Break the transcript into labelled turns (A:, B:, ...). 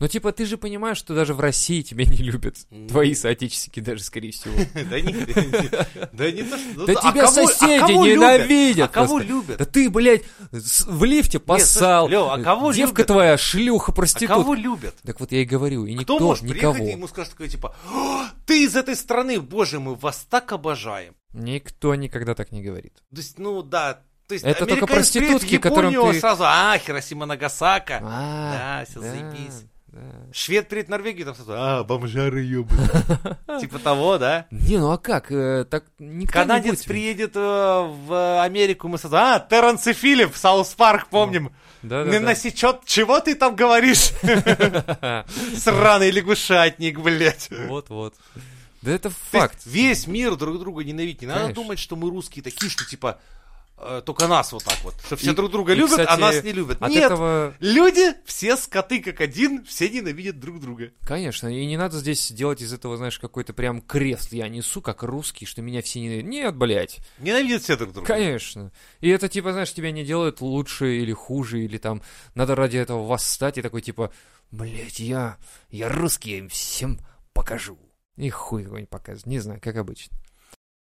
A: Ну, типа, ты же понимаешь, что даже в России тебя не любят.
B: Ну.
A: Твои соотечественники даже, скорее всего.
B: Да не, да не то, что... ну,
A: Да
B: а
A: тебя
B: кого- а
A: соседи
B: кого любят?
A: ненавидят
B: А кого
A: просто.
B: любят?
A: Да ты, блядь, с- в лифте поссал.
B: слушай, Лёва, а кого
A: Девка
B: любят?
A: твоя шлюха,
B: А
A: проститутка.
B: кого любят?
A: Так вот я и говорю, и
B: Кто
A: никто,
B: может
A: никого.
B: приехать и ему скажет такое, типа, «О, ты из этой страны, боже, мы вас так обожаем.
A: Никто никогда так не говорит.
B: То есть, ну да, то есть
A: Это только
B: американец приедет в
A: проститутки, которым
B: Японию,
A: ты-
B: сразу, а, Хиросима, Нагасака.
A: А,
B: да, все, заебись.
A: да.
B: Швед приедет в Норвегию, там сразу, а, бомжары, ебаные. Типа того, да?
A: Не, ну а как? э, так никто не
B: Канадец
A: будет.
B: приедет э, в Америку, мы сразу, а, Терренс и Филипп, Саус Парк, помним.
A: Да, да,
B: Не
A: да.
B: насечет, чего ты там говоришь? Сраный лягушатник, блядь.
A: Вот, вот. Да это
B: То есть
A: факт.
B: Весь мир друг друга ненавидит. Не надо
A: Конечно.
B: думать, что мы русские такие, что типа э, только нас вот так вот. Что все
A: И-
B: друг друга
A: и,
B: любят, а
A: кстати,
B: нас не любят.
A: От
B: Нет,
A: этого,
B: люди все скоты как один, все ненавидят друг друга.
A: конечно, и не надо здесь делать из этого, знаешь, какой-то прям крест я несу, как русский, что меня все ненавидят. Нет, блядь,
B: Ненавидят все друг друга.
A: конечно. И это типа, знаешь, тебя не делают лучше или хуже, или там надо ради этого восстать и такой типа, блядь, я, я русский, я им всем покажу. И хуй его не показывает, не знаю, как обычно.